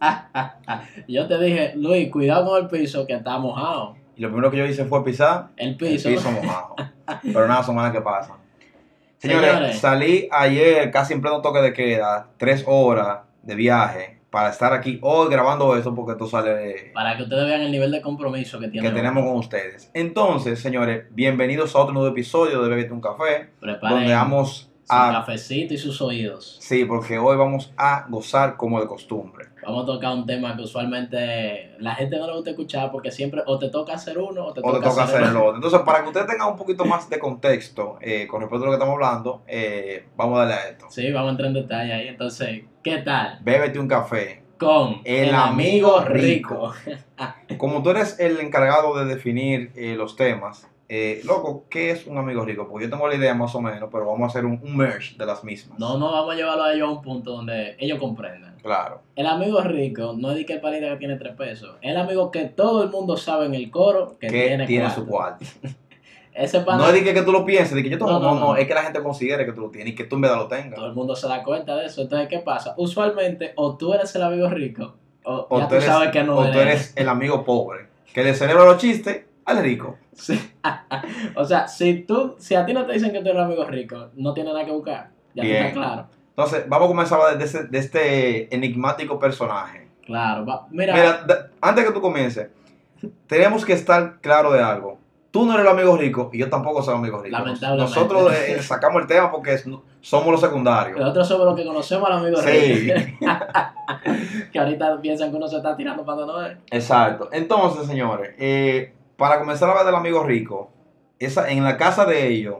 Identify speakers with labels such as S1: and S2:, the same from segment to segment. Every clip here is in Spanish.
S1: yo te dije, Luis, cuidado con el piso que está mojado.
S2: Y lo primero que yo hice fue pisar
S1: El
S2: el
S1: piso.
S2: piso mojado. Pero nada, son malas que pasan. Señores,
S1: Señores.
S2: salí ayer casi en pleno toque de queda, tres horas de viaje para estar aquí hoy grabando esto porque esto sale
S1: Para que ustedes vean el nivel de compromiso que tiene.
S2: que tenemos con ustedes. Entonces, señores, bienvenidos a otro nuevo episodio de Bebete un Café,
S1: Preparen
S2: donde vamos
S1: su
S2: a...
S1: cafecito y sus oídos.
S2: Sí, porque hoy vamos a gozar como de costumbre.
S1: Vamos a tocar un tema que usualmente la gente no le gusta escuchar porque siempre o te toca hacer uno o te
S2: o
S1: toca,
S2: te toca
S1: hacer,
S2: hacer el
S1: otro.
S2: otro. Entonces, para que ustedes tengan un poquito más de contexto eh, con respecto a lo que estamos hablando, eh, vamos a darle a esto.
S1: Sí, vamos a entrar en detalle ahí. Entonces, ¿qué tal?
S2: Bébete un café.
S1: Con
S2: El amigo rico. Como tú eres el encargado de definir eh, los temas, eh, loco, ¿qué es un amigo rico? Porque yo tengo la idea más o menos, pero vamos a hacer un, un merge de las mismas.
S1: No, no vamos a llevarlo a ellos a un punto donde ellos comprendan.
S2: Claro.
S1: El amigo rico no es de que el palita que tiene tres pesos. Es el amigo que todo el mundo sabe en el coro que,
S2: Que
S1: tiene,
S2: tiene,
S1: cuarto.
S2: su cuarto.
S1: Ese pana
S2: No es de que, que tú lo pienses, de que yo tengo.
S1: No,
S2: No
S1: no,
S2: no,
S1: no.
S2: es que la gente considere que tú lo tienes y que tú en verdad lo tengas.
S1: Todo el mundo se da cuenta de eso. Entonces, ¿qué pasa? Usualmente, o tú eres el amigo rico, o,
S2: O
S1: ya
S2: tú
S1: tú
S2: eres-
S1: sabes que no
S2: o tú eres el amigo pobre, que le celebra los chistes al rico.
S1: Sí. o sea, si tú, si a ti no te dicen que tú eres el amigo rico, no tienes nada que buscar. Ya tú
S2: Bien.
S1: está claro.
S2: Entonces, vamos a comenzar desde ese- de este enigmático personaje.
S1: Claro. va- Mira,
S2: Mira, da- antes que tú comiences, tenemos que estar claro de algo. Tú no eres el amigo rico y yo tampoco soy el amigo rico.
S1: Lamentablemente.
S2: Nosotros eh, sacamos el tema porque es- somos los secundarios.
S1: nosotros somos los que conocemos al amigo
S2: Sí,
S1: rico. Que ahorita piensan que uno se está tirando para no es.
S2: exacto. Entonces, señores, eh, para comenzar a hablar del amigo rico, esa, en la casa de ellos,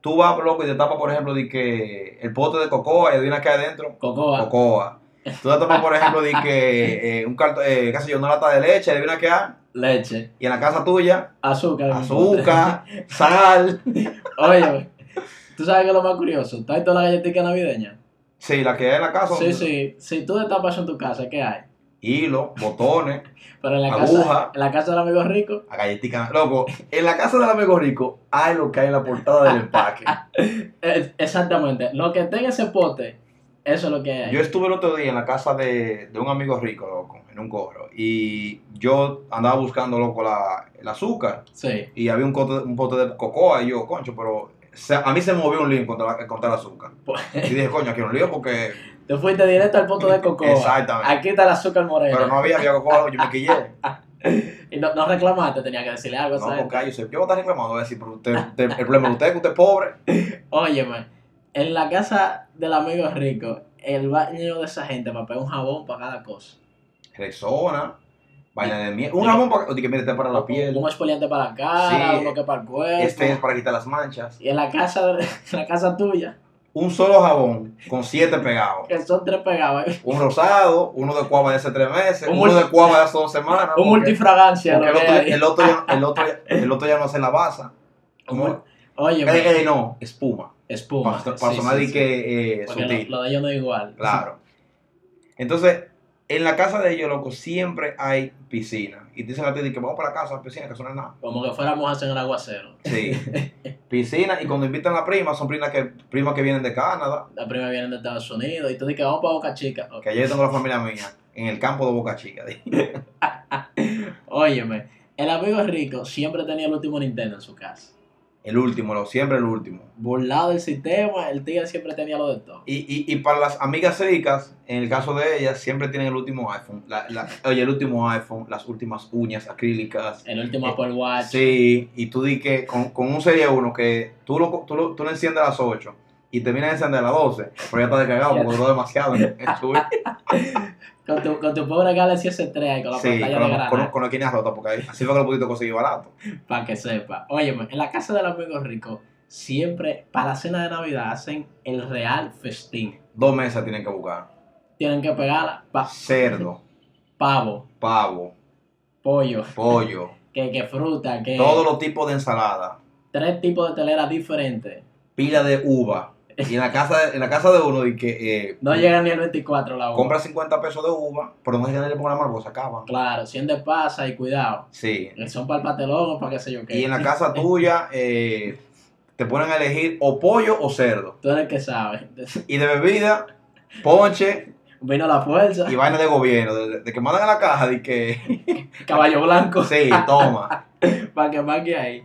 S2: tú vas loco y te tapas, por ejemplo, de que el pote de cocoa y adivinas qué hay adentro.
S1: Cocoa.
S2: Cocoa. Tú te tapas, por ejemplo, de que eh, un cartón, qué sé yo, una lata de leche, adivina qué hay.
S1: Leche.
S2: Y en la casa tuya,
S1: Azúcar. en un
S2: azúcar, sal.
S1: bote. Oye, tú sabes que es lo más curioso. Está ahí toda la galletita navideña.
S2: Sí, la que hay en la casa.
S1: Sí, sí. Si tú destapas en tu casa, ¿qué hay?
S2: Hilo, botones,
S1: Pero en la casa,
S2: Aguja.
S1: en la casa del amigo rico,
S2: a galletica. Loco, en la casa del amigo rico hay lo que hay en la portada del empaque.
S1: eh, exactamente, lo que está en ese pote, eso es lo que hay.
S2: Yo estuve el otro día en la casa de, de un amigo rico, loco, en un coro. Y yo andaba buscando, loco, la, el azúcar.
S1: sí,
S2: Y había un, cote- un pote de cocoa. Y yo, concho, pero se- a mí se me movió un lío contra, la- contra el azúcar.
S1: Pues
S2: Y dije, coño, aquí hay un lío porque.
S1: tú fuiste directo al pote de cocoa.
S2: Exactamente.
S1: Aquí está el azúcar moreno.
S2: Pero no había, había cocoa, yo me quillé.
S1: Y no, no reclamaste, tenía que decirle algo.
S2: No,
S1: ¿sabes?
S2: porque ay, yo sé, yo voy a estar reclamando, voy a decir, pero usted, usted- el problema de usted es que usted es pobre.
S1: Óyeme, en la casa del amigo rico, el baño de esa gente para pegar un jabón para cada cosa.
S2: Rexona, vaina de miel.
S1: Sí.
S2: Un jabón para, que mire, este es para la piel.
S1: Un exfoliante para la cara,
S2: Sí.
S1: uno que para el cuerpo.
S2: Este es para quitar las manchas.
S1: Y en la casa, de- en la casa tuya,
S2: Un solo jabón con siete pegados.
S1: que son tres ¿eh? pegados,
S2: Un rosado, uno de cuava de hace tres meses,
S1: Un
S2: uno
S1: multi-
S2: de cuava de hace dos semanas.
S1: un
S2: Ah, porque-
S1: multifragancia.
S2: porque
S1: lo que hay.
S2: el otro, el, otro ya, el, otro, ya- el otro ya no hace la baza. Como,
S1: Óyeme.
S2: eh, eh, no, espuma.
S1: Espuma.
S2: Para,
S1: sí,
S2: para sonar
S1: sí,
S2: y
S1: sí.
S2: que eh,
S1: Porque
S2: sutil.
S1: lo, lo de ellos no es igual.
S2: Claro. Entonces, en la casa de ellos, loco, siempre hay piscina. Y te dicen a ti de que vamos para la casa, piscina, que eso no es nada.
S1: Como que fuéramos a hacer el aguacero.
S2: Sí. Piscina, y cuando invitan a la prima, son primas que, primas que vienen de Canadá,
S1: La prima viene de Estados Unidos y tú dices que vamos para Boca Chica. O-
S2: que ayer tengo la familia mía, en el campo de Boca Chica. dije.
S1: Óyeme, el amigo rico siempre tenía el último Nintendo en su casa.
S2: El último, lo, siempre el último.
S1: Burlado del sistema, el tigre siempre tenía lo de todo.
S2: Y, y, y para las amigas ricas, en el caso de ellas, siempre tienen el último iPhone. la- la- oye, el último iPhone, las últimas uñas acrílicas.
S1: El último
S2: Eh,
S1: Apple Watch.
S2: Sí, y tú di que con, con un Serie 1 que tú lo, tú lo, tú lo enciendes a las 8 y terminas de encender a las 12, pero ya está descargado porque duró demasiado. en- en su-
S1: Con, tu, con tu pobre Galaxy S3 ahí, con la
S2: Sí,
S1: pantalla
S2: con,
S1: de
S2: la-
S1: granada.
S2: con, con la esquina rota, porque ahí- así fue que lo pudiste conseguir barato.
S1: Para que sepa. Óyeme, en la casa del amigo rico siempre para la cena de Navidad hacen el real festín.
S2: Dos mesas tienen que buscar.
S1: Tienen que pegar pa-
S2: Cerdo,
S1: pavo,
S2: pavo,
S1: pollo,
S2: pollo,
S1: que, que fruta, que...
S2: todos los tipos de ensalada,
S1: tres tipos de teleras diferentes.
S2: pila de uva. Y en la casa de, en la casa de uno y que eh,
S1: No llegan ni al 24 la hora.
S2: compra 50 pesos de uva, pero no se gana por la mano porque se acaban.
S1: Claro, 100 de pasa y cuidado.
S2: Sí.
S1: que Son para el patelón o para qué sé yo qué.
S2: Y en la casa tuya eh, te ponen a elegir o pollo o cerdo.
S1: Tú eres el que sabe.
S2: Y de bebida, ponche,
S1: Vino la fuerza.
S2: Y vaina de gobierno, de, de que mandan a la caja de que.
S1: Caballo blanco.
S2: sí, toma.
S1: Para que mangue ahí.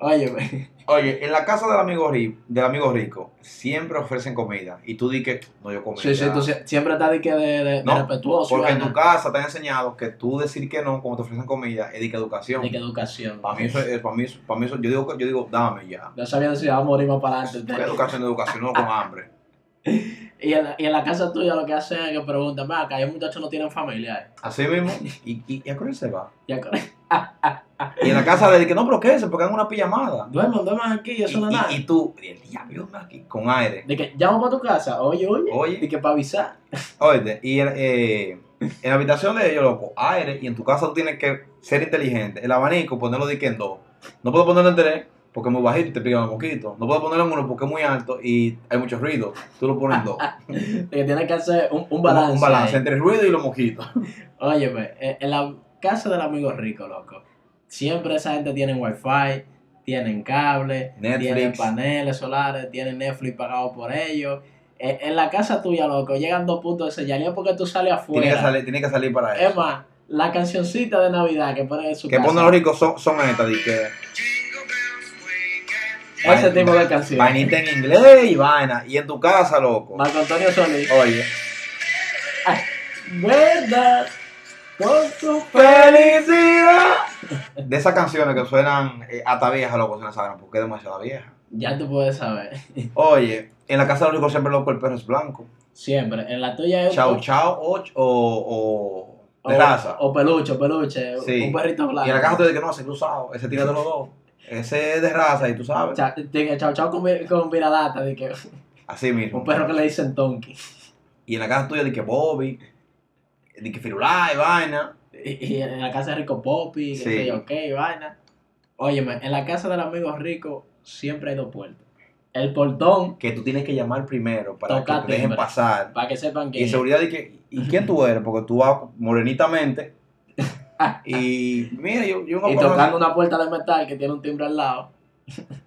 S1: Óyeme.
S2: Oye, en la casa del amigo, ri- del amigo rico siempre ofrecen comida. Y tú di que no, yo comí.
S1: Sí, sí,
S2: ya".
S1: tú sie- siempre estás de que de, de- de
S2: No,
S1: respetuoso.
S2: Porque en
S1: vaina.
S2: tu casa te han enseñado que tú decir que no cuando te ofrecen comida es de que educación.
S1: De que educación.
S2: Para mí eso es, para mí, eso- para mí eso, yo digo, yo digo, dame ya.
S1: No sabía si iba a morir más para adelante.
S2: Porque educación, educación, no con hambre.
S1: Y en, la, y en la casa tuya lo que hacen es que preguntan, va, acá los muchachos no tienen familia. eh".
S2: Así mismo. ¿Y, y, y a qué hora se va?
S1: Ya con-
S2: Y en la casa de que no, pero quédense, porque hagan una pijamada.
S1: duerman, duerman aquí, eso
S2: y,
S1: no es nada.
S2: y- y tú, y el diablo, aquí, con aire.
S1: De que llamo para tu casa, oye, oye. De
S2: Oye,
S1: que para avisar.
S2: oye, y el, eh, en la habitación de ellos, loco, aire, y en tu casa tú tienes que ser inteligente. El abanico, ponerlo de que en dos. No puedo ponerlo en tres, porque es muy bajito y te pican los mosquitos. No puedo ponerlo en uno porque es muy alto y hay mucho ruido. Tú lo pones en dos.
S1: De que tienes que hacer un, un balance. eh.
S2: Un balance
S1: ahí.
S2: entre el ruido y los mosquitos.
S1: Óyeme, eh, en la casa del amigo rico, loco. Siempre esa gente tiene wifi, tienen cable, tienen
S2: Netflix.
S1: paneles solares, tienen Netflix pagado por ellos. Eh, en la casa tuya, loco, llegan dos puntos de señalía porque tú sales afuera.
S2: Tiene que, salir, tiene que salir para
S1: Es
S2: eso.
S1: más, la cancioncita de Navidad que ponen en su
S2: Que
S1: casa.
S2: ponen los ricos son, son estas, di que.
S1: Ese tipo de canción.
S2: Vainita en inglés y vaina. Y en tu casa, loco.
S1: Marco Antonio Solís.
S2: Oye.
S1: Verdad. Con su
S2: ¡Felicidad! De esas canciones que suenan eh, hasta viejas, loco, suenan esa gran, porque es demasiado vieja.
S1: Ya tú puedes saber.
S2: Oye, en la casa de los ricos siempre, loco, el perro es blanco.
S1: Siempre. En la tuya es un-
S2: Chao, chao, o, o, o
S1: o,
S2: de raza.
S1: o peluche, o peluche.
S2: Sí.
S1: Un perrito blanco.
S2: y en la casa tú dices que no, ese es cruzado, ese tira de los dos. Ese es de raza y tú sabes.
S1: Cha- de que Chao chao con, vi- con viradata, de que
S2: Así mismo.
S1: un perro que le dicen donkey.
S2: Y en la casa tuya de que Bobby, de que Firulai, vaina.
S1: Y, y en la casa de Rico Poppy, que
S2: Sí.
S1: sé yo qué, y vaina. Óyeme, en la casa del amigo rico siempre hay dos puertas. El portón,
S2: Que tú tienes que llamar primero para
S1: Toca
S2: que te dejen
S1: timbre.
S2: pasar.
S1: para que sepan que...
S2: Y en seguridad de que, ¿y quién tú eres? Porque tú vas morenitamente. Y mira, yo, yo
S1: y
S2: vengo a
S1: tocando
S2: buscar
S1: una puerta de metal que tiene un timbre al lado.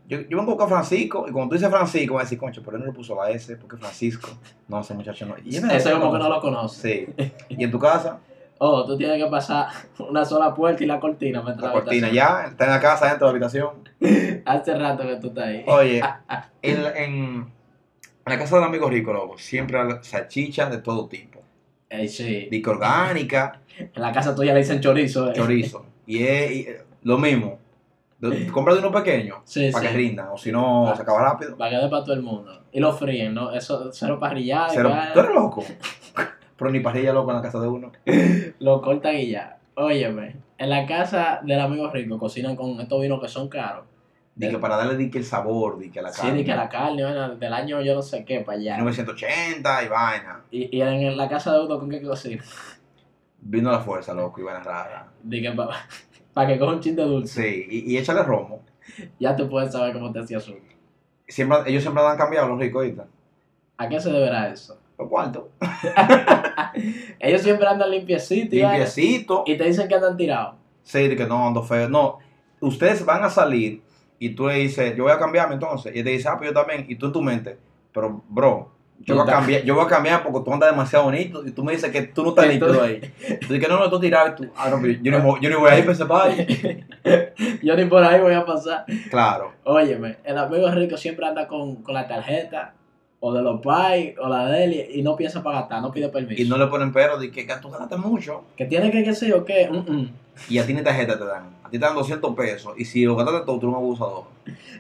S2: yo, yo vengo a buscar a Francisco. Y cuando tú dices Francisco, vas a decir, concho, pero él no le puso la S, porque Francisco. No, ese muchacho no. Y es verdad,
S1: Eso es como que no lo
S2: conozco.
S1: conoce.
S2: Sí. Y en tu casa,
S1: Oh, tú tienes que pasar una sola puerta y la cortina para entrar
S2: la
S1: a
S2: cortina
S1: habitación.
S2: ya, está en la casa, dentro de la habitación.
S1: Hace rato que tú estás ahí.
S2: Oye, en, la- en, en la casa de amigos ricos, loco, siempre hay salchichas de todo tipo.
S1: Ey, sí.
S2: Dique orgánica,
S1: En la casa tuya le dicen chorizo. eh.
S2: chorizo. Y es y, eh, lo mismo. Lo- Compra de uno pequeño
S1: Sí, Ah.
S2: para que
S1: sí.
S2: rinda, o si no, se acaba rápido.
S1: Para que dé para todo el mundo. Y lo fríen, ¿no? Eso, cero parrillada.
S2: Cero-
S1: igual,
S2: Tú eres loco. Pero ni parrilla loco en la casa de uno.
S1: Lo cortan y ya. Óyeme, en la casa del amigo rico cocinan con estos vinos que son caros.
S2: Di que para darle di que el sabor, di que la
S1: Eh. Sí,
S2: carne.
S1: de que la carne, vaina, del año yo no sé qué, para allá.
S2: 1980 y vaina.
S1: Y, y en la casa de uno, ¿con qué cocinan?
S2: Vino la fuerza, loco, y vaina rara.
S1: De que para que coja un chin de dulce.
S2: Sí, y, y échale romo.
S1: Ya tú puedes saber cómo te hacía su.
S2: Siempre, ellos siempre han cambiado los ricos ahorita.
S1: ¿A qué se deberá eso?
S2: Los cuartos.
S1: Ellos siempre andan limpiecitos y vaina,
S2: Limpiecito.
S1: y te dicen que andan tirados.
S2: Sí, de que no, ando feo. No, ustedes van a salir y tú le dices, yo voy a cambiarme entonces. Y él te dice, ah, pues yo también. Y tú en tu mente, pero bro, yo voy a
S1: Total.
S2: cambiar, yo voy a cambiar porque tú andas demasiado bonito y tú me dices que tú no estás listo ahí. Tú dices, no, no, tú tirado y tú, ah, no, pero yo, no, voy- yo no voy a ir para ese party".
S1: Yo ni por ahí voy a pasar.
S2: Claro,
S1: Óyeme, el amigo rico siempre anda con, con la tarjeta, o de los pais, o la de él, y- y no piensa para gastar, no pide permiso.
S2: y no le ponen pero, de que, que tú gastaste mucho.
S1: Que tiene que, qué sé yo, qué. mm, mm.
S2: Y a ti ni tarjeta te dan. A ti te dan 200 pesos. Y si lo gastaste todo, tú eres un abusador.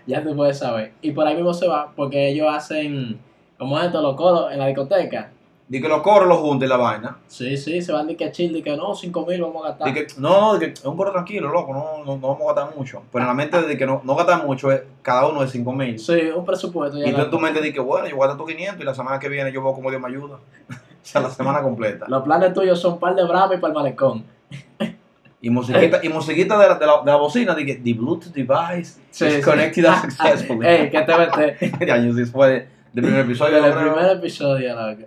S1: Ya tú puedes saber. Y por ahí mismo se va, porque ellos hacen, como es esto, los coros en la discoteca.
S2: Dice que los coros los juntos y la vaina.
S1: Sí, sí, se van de que chill, de que no, cinco mil vamos a gastar.
S2: De que, no, no, de que es un coro tranquilo, loco, no, no, no vamos a gastar mucho. Pero en la mente de que no, no gastar mucho es cada uno de 5 mil.
S1: Sí, un presupuesto. ya
S2: Y tú
S1: lo-
S2: en tu mente dices, bueno, yo voy a gastar tus 500 y la semana que viene yo veo cómo Dios me ayuda. O sea, la semana completa.
S1: Los planes tuyos son par de brama y par malecón.
S2: Y musiquita, y musiquita de, la, de, la, de la bocina, dije, the Bluetooth device
S1: Sí,
S2: is
S1: sí. Ah,
S2: connected successfully.
S1: Ey, que te vete.
S2: Años después del primer episodio.
S1: Desde el
S2: yo creo.
S1: primer episodio, loco.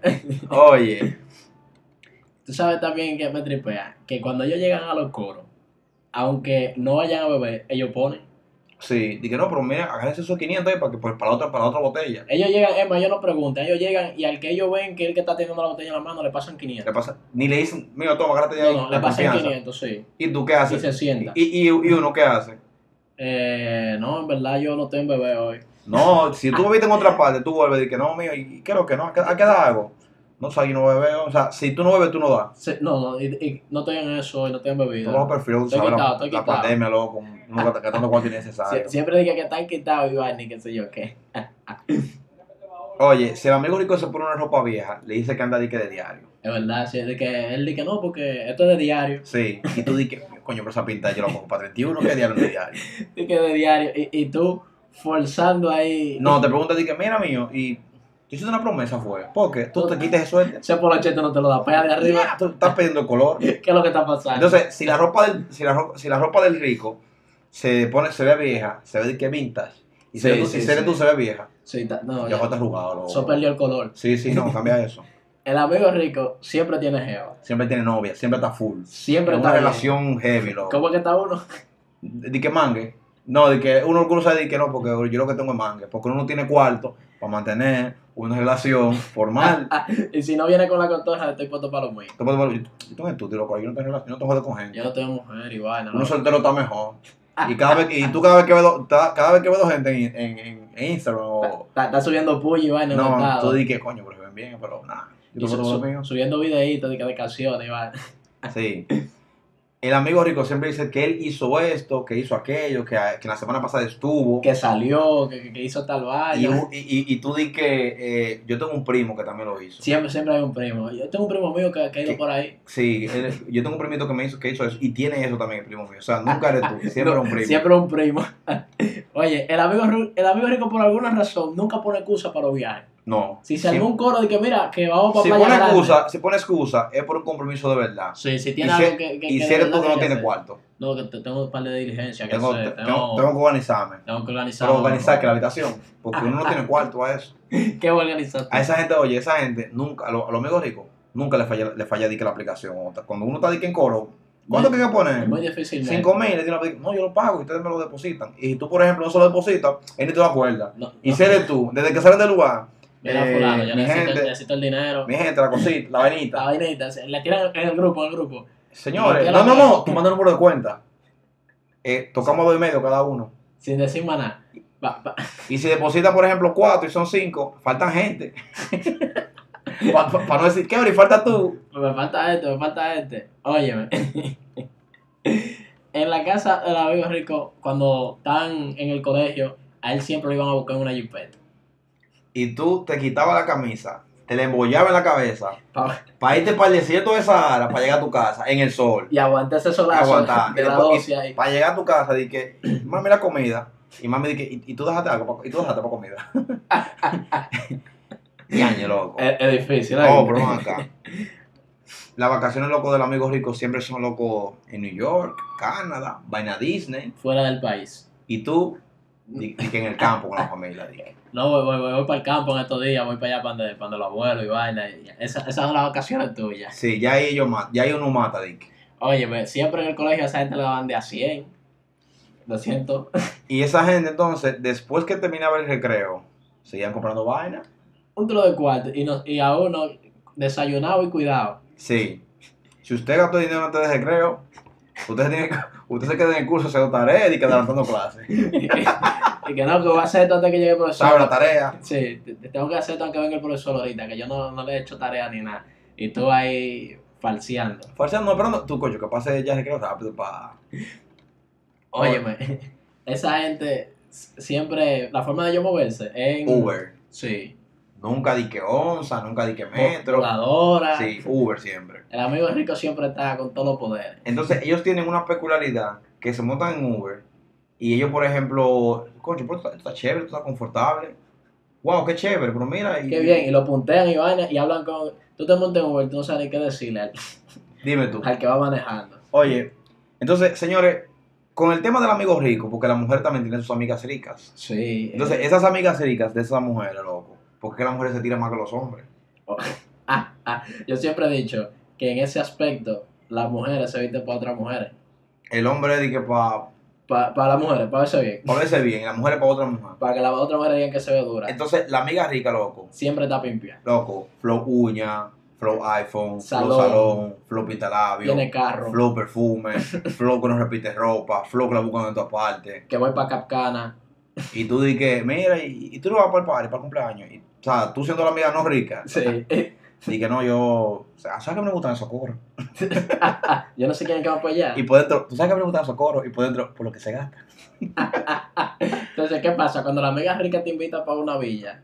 S2: Oye,
S1: Tú sabes también que me tripea, que cuando ellos llegan a los coros, aunque no vayan a beber, ellos ponen.
S2: Sí, dije, no, pero mira, agárrense esos 500 ahí para, que, pues, para, otra, para otra botella.
S1: Ellos llegan, Emma, ellos no preguntan, ellos llegan y al que ellos ven que el que está teniendo la botella en la mano le pasan
S2: Le
S1: 500.
S2: pasa, ni le dicen, mira, toma, agárrate ya
S1: No,
S2: ahí,
S1: no,
S2: la
S1: le pasan
S2: confianza.
S1: 500, sí.
S2: ¿Y tú qué
S1: Y se
S2: haces?
S1: sienta.
S2: ¿Y, y, y uno qué hace?
S1: Eh, no, en verdad yo no tengo bebé hoy.
S2: No, si tú viste en otra parte, tú vuelves y dices, no, mío, ¿y qué es lo que no? ¿A qué, a qué da algo? No, o sea, yo no bebo. O sea, si tú no bebes, tú no das.
S1: Se- no, no, y- y no estoy en eso hoy, no tengo
S2: Tú bajo
S1: bebida.
S2: perfil, tú
S1: Estoy
S2: sabes,
S1: quitado,
S2: la,
S1: estoy
S2: la
S1: quitado. Ah.
S2: pandemia, loco, uno gastando cuarto innecesario.
S1: Sie- siempre dije que están quitados y vaina y qué sé yo qué.
S2: Oye, si el amigo rico se pone una ropa vieja, le dice que anda dique de diario.
S1: Es verdad, sí, de que él dice no, porque esto es de diario.
S2: Sí, y tú dices, coño, pero esa pinta yo la pongo para 31, ¿qué diario es de diario?
S1: Dice que es de diario. Y, y tú forzando ahí.
S2: No, te preguntas, dices, mira, mío, y tú hiciste una promesa, fue, porque tú te quites el suerte.
S1: Ese polochete no te lo da. Pega de arriba.
S2: Tú estás perdiendo el color.
S1: ¿Qué es lo que está pasando?
S2: Entonces, si la ropa del, si la ropa, si la ropa del rico se pone, se ve vieja, se ve de que vintage, y se
S1: Sí,
S2: ve tú,
S1: sí,
S2: y se ve
S1: sí.
S2: tú se ve vieja,
S1: Sí, ta- no,
S2: ya
S1: ya.
S2: está arrugado, loco.
S1: Eso perdió el color.
S2: Sí, sí, no, cambia eso.
S1: El amigo rico siempre tiene jeva.
S2: Siempre tiene novia, siempre está full.
S1: Siempre
S2: Es
S1: está
S2: una
S1: bien.
S2: relación heavy, loco.
S1: ¿Cómo es que está uno?
S2: de de que mangue. No, de que uno, uno sabe de que no, porque yo lo que tengo es mangue. Porque uno no tiene cuarto para mantener una relación formal.
S1: Ah, Y si no viene con la cotorra, estoy puesto para los míos.
S2: Tú puedes- yo yo tengo estudio, loco, yo no tengo relación, yo no te jodo con gente.
S1: Yo no tengo mujer y vaina.
S2: Uno
S1: loco.
S2: soltero está mejor.
S1: Ah.
S2: Y, cada vez, y tú cada vez que veo, cada vez que veo gente en, en- en- en Instagram o...
S1: Está, está subiendo puño y vaina. Ah, en
S2: No,
S1: estado.
S2: tú di que coño, pero se ven bien, pero nada.
S1: Y
S2: Yo
S1: su-
S2: tengo todo lo
S1: su-
S2: mío.
S1: subiendo videitos de, que de canciones y vaina.
S2: Sí. El amigo rico siempre dice que él hizo esto, que hizo aquello, que, que la semana pasada estuvo.
S1: Que salió, que, que- que hizo tal vaina.
S2: Y, un- y, y- y tú di que eh, yo tengo un primo que también lo hizo. Sí,
S1: Siempre, siempre hay un primo. Yo tengo un primo mío que, que ha ido
S2: ¿Qué?
S1: por ahí.
S2: él- yo tengo un primito que me hizo que hizo eso y tiene eso también el primo mío. O sea, nunca eres tú, siempre
S1: No,
S2: era un primo.
S1: Siempre un primo. Oye, el amigo, ru- el amigo rico por alguna razón nunca pone excusa para los viajes.
S2: No.
S1: Si se
S2: Siempre-
S1: armó un coro de que mira, que vamos para
S2: si
S1: playa
S2: pone
S1: Grande.
S2: excusa, si pone excusa es por un compromiso de verdad.
S1: Sí, si
S2: Y
S1: tiene
S2: si,
S1: algo que, que-
S2: y
S1: que
S2: si eres
S1: de
S2: tú que
S1: verdad
S2: no
S1: que
S2: tienes
S1: hacer.
S2: cuarto.
S1: No, que te- tengo un par de diligencias que
S2: Tengo,
S1: hacer.
S2: te-
S1: Tengo,
S2: tengo- tengo que organizarme.
S1: tengo que organizar.
S2: Tengo que organizar que la habitación. Porque uno no tiene cuarto a eso.
S1: ¿Qué voy a organizar?
S2: A esa gente, oye, esa gente, nunca, a, lo- a los amigos ricos, nunca le falla, le falla di que la aplicación. O ta- Cuando uno está di que en coro, ¿cuánto que hay que poner?
S1: Es muy difícil.
S2: 5 mil, le tiene la aplicación. no, yo lo pago y ustedes me lo depositan. Y si tú, por ejemplo, no se lo depositas, él ni te lo acuerda.
S1: No,
S2: Y
S1: no.
S2: si eres tú, desde que sales del lugar,
S1: Mira,
S2: eh,
S1: fulano, yo
S2: mi
S1: necesito,
S2: gente-
S1: necesito el dinero.
S2: mi gente, la cosita, la
S1: La
S2: vainita.
S1: vainita, se- la tiran en el grupo, en el grupo.
S2: Señores,
S1: Ah, ¿Qué
S2: no,
S1: la-
S2: no, no, tú manda el número de cuenta. Eh, tocamos dos y medio cada uno.
S1: Sin decir más nada. Pa- pa-
S2: Y si deposita, por ejemplo, cuatro y son cinco, faltan gente. Para no decir, ¿qué hora? Y falta tú.
S1: Me falta este, me falta este. Óyeme. en la casa del amigo rico, cuando están en el colegio, a él siempre lo iban a buscar en una jipeta.
S2: Y tú te quitabas la camisa, te la embollabas en la cabeza,
S1: Pa-
S2: para irte para el desierto de Sahara, para llegar a tu casa, en el sol.
S1: Y aguanta ese solazo
S2: aguantar.
S1: de la
S2: Y después-
S1: 12 ahí.
S2: Para llegar a tu casa, dije, mami, la comida. Y mami dije, ¿y, y tú dejaste algo? pa- ¿Y tú dejaste para comida? Ñaño, loco.
S1: Es, es difícil. ¿eh?
S2: No, pero ven acá. Las vacaciones locos del amigo rico siempre son locos en New York, Canadá, vaina Disney.
S1: Fuera del país.
S2: Y tú, di- di que en el campo con la familia. di que.
S1: No, voy, voy, voy, voy para el campo en estos días, voy para allá para donde, para donde los abuelos y vaina. y- Esa- Esas son las vacaciones tuyas.
S2: Sí, ya ahí, ellos ma- ya ahí uno mata, Dick.
S1: Óyeme, siempre en el colegio a esa gente le daban de a 100, 200.
S2: Y esa gente, entonces, después que terminaba el recreo, seguían comprando vaina.
S1: Un tro de cuarto y, nos, y a uno desayunado y cuidado.
S2: Sí. Si usted gastó dinero antes del recreo, usted, tiene, que- usted se queda en el curso haciendo tarea y que adelantando clases.
S1: y que no, que voy a hacer esto antes que llegue el profesor.
S2: ¿Sabe la tarea?
S1: Sí, te- te tengo que hacer esto antes que venga el profesor ahorita, que yo no, no le he hecho tarea ni nada. Y tú ahí falseando.
S2: Fuerza, no, pero no, tú, coño, que pase ya el recreo rápido para...
S1: Óyeme, esa gente s- siempre, la forma de yo moverse es en
S2: Uber.
S1: Sí.
S2: Nunca di que onza, nunca di que metro.
S1: Voladora.
S2: Sí, Uber siempre.
S1: El amigo rico siempre está con todos los poderes.
S2: Entonces, ellos tienen una peculiaridad que se montan en Uber y ellos, por ejemplo, coño, pero esto está, esto está chévere, esto está confortable. Wow, qué chévere, pero mira. y-
S1: Qué bien, y lo puntean y vaina y hablan con. Tú te montas en Uber, tú no sabes ni qué decirle al,
S2: Dime tú.
S1: al que va manejando.
S2: Oye, entonces, señores, con el tema del amigo rico, porque la mujer también tiene sus amigas ricas.
S1: Sí.
S2: Entonces, esas amigas ricas de esas mujeres, loco, porque las mujeres se tiran más que los hombres.
S1: Ah, ah, yo siempre he dicho que en ese aspecto las mujeres se visten para otras mujeres.
S2: El hombre di que para
S1: Para las mujeres, para verse bien.
S2: Para verse bien, la mujer es para otra mujer.
S1: Para que la otra mujer digan que se ve dura.
S2: Entonces, la amiga rica, loco.
S1: Siempre está pimpia.
S2: Loco, flow uña, flow iPhone, flow
S1: Salón.
S2: salón, flow pintalabio,
S1: Tiene carro.
S2: flow perfume, flow que no repite ropa, flow que la buscan en todas partes.
S1: Que voy para Capcana.
S2: Y tú dices, mira, y, y tú no vas para el party, para el cumpleaños. Y, o sea, tú siendo la amiga no rica.
S1: Sí.
S2: Y que no, yo. o sea, ¿Sabes que me gustan esos coros?
S1: Yo no sé quién es que va para allá.
S2: Y por dentro, ¿tú sabes que me gustan esos coros? Y por dentro, por lo que se gasta.
S1: Entonces, ¿qué pasa? Cuando la amiga rica te invita para una villa,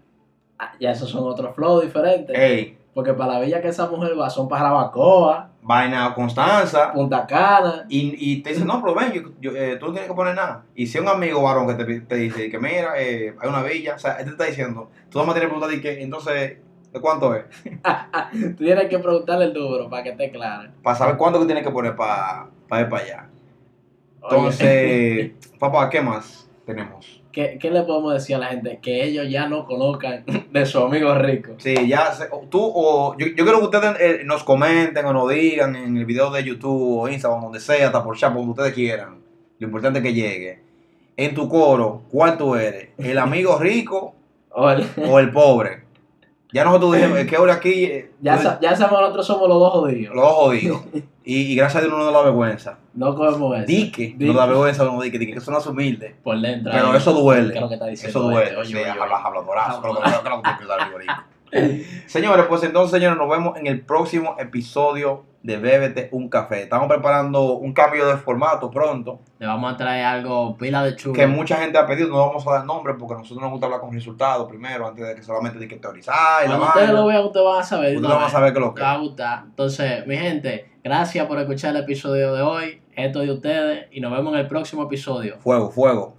S1: ah, ya esos son otros flow diferentes.
S2: Ey,
S1: Porque para la villa que esa mujer va son para Jarabacoa,
S2: vaina Constanza.
S1: Punta Cana.
S2: Y, y te dicen, no, pero ven, yo- yo, eh, tú no tienes que poner nada. Y si un amigo varón que te, pi- te dice que mira, eh, hay una villa, o sea, él te está diciendo, tú vas a tener que preguntar, y que, entonces, ¿de cuánto es?
S1: Tú tienes que preguntarle el número para que esté clara.
S2: Para saber cuánto que tienes que poner para ir para allá.
S1: Oye,
S2: Entonces, papá, ¿qué más tenemos?
S1: ¿qué, ¿qué le podemos decir a la gente? Que ellos ya no conozcan de su amigo rico.
S2: Sí, ya, se- o tú o yo, yo quiero que ustedes eh, nos comenten o nos digan en el video de YouTube o Instagram, donde sea, hasta por chat, donde ustedes quieran. Lo importante es que llegue. En tu coro, ¿cuál tú eres? ¿El amigo rico
S1: O el-
S2: o el pobre. Ya nosotros dijimos, es que ahora aquí eh,
S1: ya, sa- ya sabemos, nosotros somos los dos jodidos.
S2: los jodidos. Y, y gracias a Dios uno no da vergüenza.
S1: No cogemos eso.
S2: Dique,
S1: Dique.
S2: no da vergüenza uno dique, dique, que eso no es humilde.
S1: Por dentro.
S2: Pero
S1: ahí.
S2: eso
S1: ¿Qué es lo
S2: duele.
S1: que está diciendo
S2: Eso duele.
S1: este? Oye,
S2: Sí,
S1: oye, oye.
S2: habla- habladorazo, creo que- creo que lo que empieza el algoritmo. Señores, pues entonces, señores, nos vemos en el próximo episodio de Bébete un café. Estamos preparando un cambio de formato pronto,
S1: Le vamos a traer algo pila de chulo.
S2: que mucha gente ha pedido. No vamos a dar nombres porque a nosotros nos gusta hablar con resultados primero, antes de que solamente de que teorizar y la
S1: Cuando ustedes
S2: vaina.
S1: lo vean, ustedes van a saber.
S2: Ustedes
S1: ¿no?
S2: van a saber qué es lo que
S1: Les
S2: es.
S1: va a gustar. Entonces, mi gente, gracias por escuchar el episodio de hoy. Esto es de ustedes y nos vemos en el próximo episodio.
S2: Fuego, fuego.